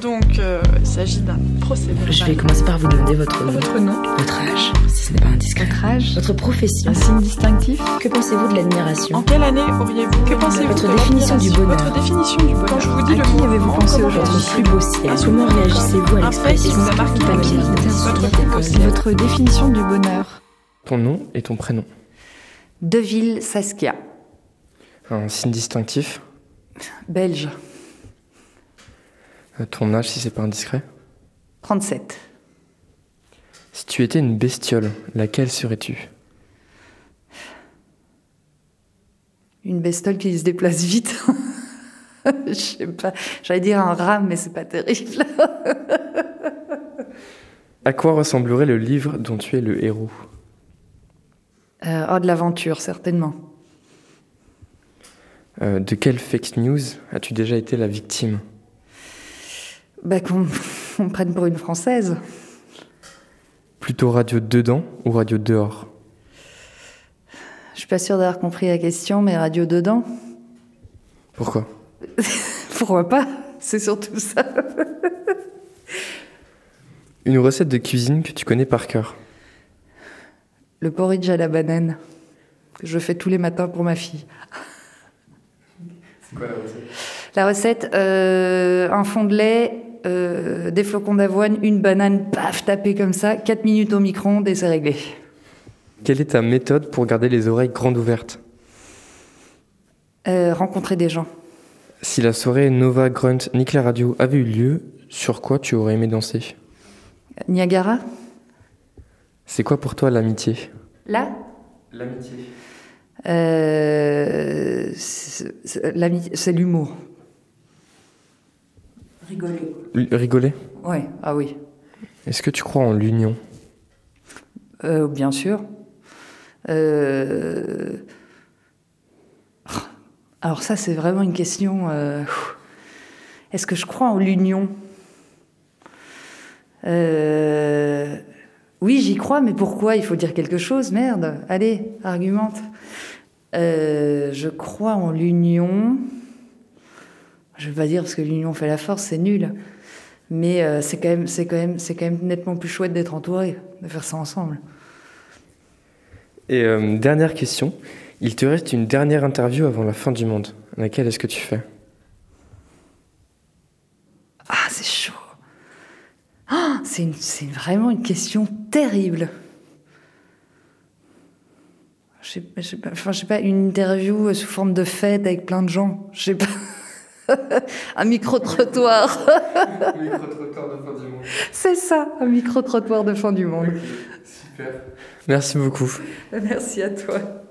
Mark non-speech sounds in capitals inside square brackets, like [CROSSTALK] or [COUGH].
Donc, euh, il s'agit d'un procédé. Je vais commencer par vous demander votre, Votre nom votre âge, si ce n'est pas indiscret. Votre âge Votre profession. Un signe distinctif Que pensez-vous de En l'admiration quelle année auriez-vous Que pensez-vous Votre de définition du l'admiration bonheur. Votre définition du bonheur. Quand je vous dis À le qui mot avez-vous comment pensé aujourd'hui Votre plus beau ciel. Comment réagissez-vous à Un fait qui l'expression vous a marqué tout à dans pied la vie. Votre plus beau ciel. Votre définition du bonheur Ton nom et ton prénom. Deville Saskia, Un signe distinctif. belge, Euh, Ton âge si c'est pas indiscret. 37. Si tu étais une bestiole, laquelle serais-tu Une bestiole qui se déplace vite. [LAUGHS] Je sais pas. J'allais dire un rat, mais c'est pas terrible. À quoi ressemblerait le livre dont tu es le héros Euh, oh, de l'aventure, certainement. Euh, De quelle fake news as-tu déjà été la victime Bah, qu'on [LAUGHS] on me prenne pour une française. Plutôt radio dedans ou radio dehors Je suis pas sûre d'avoir compris la question, mais radio dedans. [LAUGHS] Pourquoi Pourquoi pas C'est surtout ça. Une recette de cuisine que tu connais par cœur. Le porridge à la banane que je fais tous les matins pour ma fille. C'est quoi la recette La recette euh, un fond de lait, euh, des flocons d'avoine, une banane, paf, tapée comme ça, 4 minutes au micro-ondes et c'est réglé. Quelle est ta méthode pour garder les oreilles grandes ouvertes Euh, rencontrer des gens. Si la soirée Nova Grunt Nick la radio avait eu lieu, sur quoi tu aurais aimé danser Niagara, C'est quoi pour toi l'amitié là L'amitié. euh, c'est c'est- l'ami- c'est l'humour. Rigoler. Rigoler Ouais, ah oui, Est-ce que tu crois en l'union Euh, bien sûr. Euh, Alors ça, c'est vraiment une question. euh, Est-ce que je crois en l'union Euh, Oui, j'y crois, mais pourquoi Il faut dire quelque chose, merde. Allez, argumente. Euh, Je crois en l'union. Je vais pas dire parce que l'union fait la force, c'est nul. Mais euh, c'est quand même, c'est quand même, c'est quand même nettement plus chouette d'être entouré, de faire ça ensemble. Et euh, dernière question, il te reste une dernière interview avant la fin du monde. Laquelle est-ce que tu fais Ah, c'est chaud. Ah, c'est une- c'est vraiment une question terrible. Je sais, je sais pas, enfin, je sais pas, une interview euh, sous forme de fête avec plein de gens. Je sais pas. [LAUGHS] un micro-trottoir. [LAUGHS] C'est ça, un micro-trottoir de fin du monde. Merci beaucoup. Merci à toi.